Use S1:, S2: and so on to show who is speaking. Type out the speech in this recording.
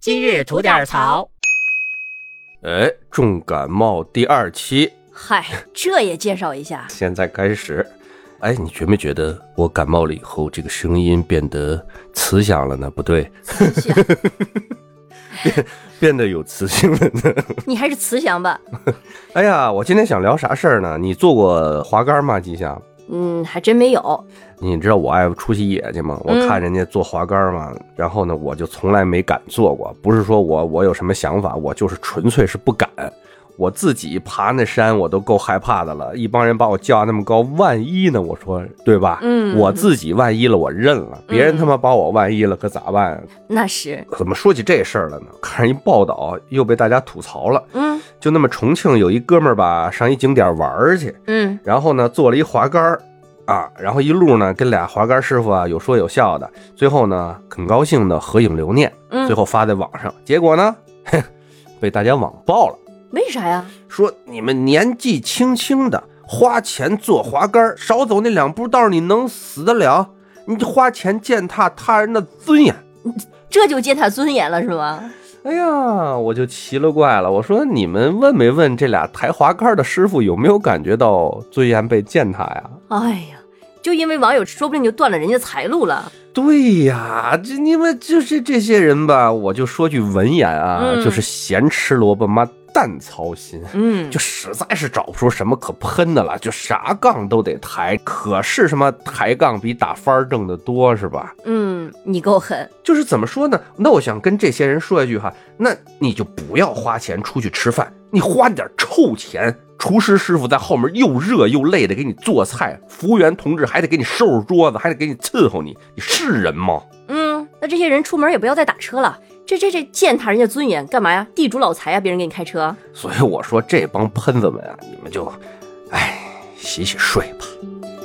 S1: 今日吐点槽。
S2: 哎，重感冒第二期，。
S3: 嗨，这也介绍一下
S2: 现在开始。哎，你觉没觉得我感冒了以后，这个声音变得磁响了呢？不对， 变得有磁性了呢。
S3: 你还是慈祥吧。
S2: 哎呀，我今天想聊啥事儿呢？你做过滑竿吗，吉祥？
S3: 嗯，还真没有。
S2: 你知道我爱出去野去吗？我
S3: 嗯
S2: 看人家做滑竿嘛，然后呢，我就从来没敢做过。不是说我我有什么想法，我就是纯粹是不敢。我自己爬那山我都够害怕的了，一帮人把我叫那么高，万一呢？我说对吧？
S3: 嗯
S2: 我自己万一了，我认了。别人
S3: 嗯
S2: 他妈把我万一了，可咋办啊？
S3: 那是，
S2: 怎么说起这事儿了呢？看一报道又被大家吐槽了。
S3: 嗯
S2: 就那么重庆有一哥们儿吧，上一景点玩儿去，
S3: 嗯
S2: 然后呢做了一滑竿儿啊，然后一路呢跟俩滑竿师傅啊有说有笑的，最后呢很高兴的合影留念，最
S3: 嗯，
S2: 后发在网上，结果呢， 嘿被大家网爆了，
S3: 为啥呀？
S2: 说你们年纪轻轻的花钱做滑竿儿，少走那两步道儿你能死得了？你花钱践踏他人的尊严。
S3: 这就践踏尊严了是吗？
S2: 哎呀，我就奇了怪了，我说你们问没问这俩抬滑竿儿的师傅有没有感觉到尊严被践踏呀？
S3: 哎呀，就因为网友，说不定就断了人家财路了。
S2: 对呀，这你们就是这些人吧，我就说句文言啊，
S3: 嗯
S2: 就是咸吃萝卜妈蛋操心。
S3: 嗯
S2: 就实在是找不出什么可喷的了，就啥杠都得抬，可是什么抬杠比打翻儿挣得多是吧？
S3: 嗯，你够狠。
S2: 就是怎么说呢？那我想跟这些人说一句哈，那你就不要花钱出去吃饭，你花点臭钱，厨师师傅在后面又热又累的给你做菜，服务员同志还得给你收拾桌子，还得给你伺候你，你是人吗？
S3: 嗯，那这些人出门也不要再打车了。这这这践踏人家尊严干嘛呀？地主老财呀，别人给你开车。
S2: 啊所以我说这帮喷子们啊，你们就，哎，洗洗睡吧。